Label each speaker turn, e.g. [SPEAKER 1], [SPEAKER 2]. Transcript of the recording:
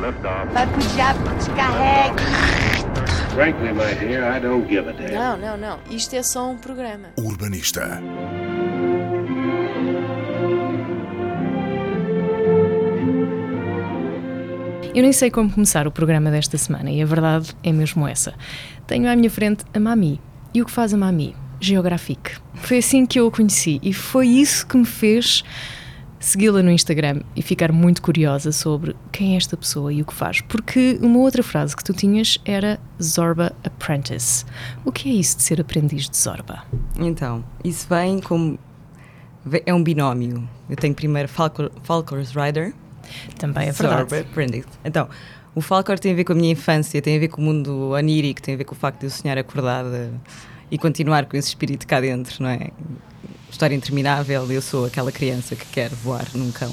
[SPEAKER 1] Liftoff.
[SPEAKER 2] Vai pro diabo, descarrega.
[SPEAKER 1] Frankly, my dear, I don't give a damn.
[SPEAKER 3] Não, não, não. Isto é só um programa.
[SPEAKER 4] Urbanista.
[SPEAKER 5] Eu nem sei como começar o programa desta semana e a verdade é mesmo essa. Tenho à minha frente a Mami. E o que faz a Mami? Geographic. Foi assim que eu a conheci e foi isso que me fez segui-la no Instagram e ficar muito curiosa sobre quem é esta pessoa e o que faz. Porque uma outra frase que tu tinhas era Zorba Apprentice. O que é isso de ser aprendiz de Zorba?
[SPEAKER 6] Então, isso vem como. É um binómio. Eu tenho primeiro Falcor, Falcor's Rider.
[SPEAKER 5] Também é verdade.
[SPEAKER 6] Zorba Apprentice. Então, o Falcor tem a ver com a minha infância, tem a ver com o mundo onírico, tem a ver com o facto de eu sonhar acordada e continuar com esse espírito cá dentro, não é? História interminável, eu sou aquela criança que quer voar num cão.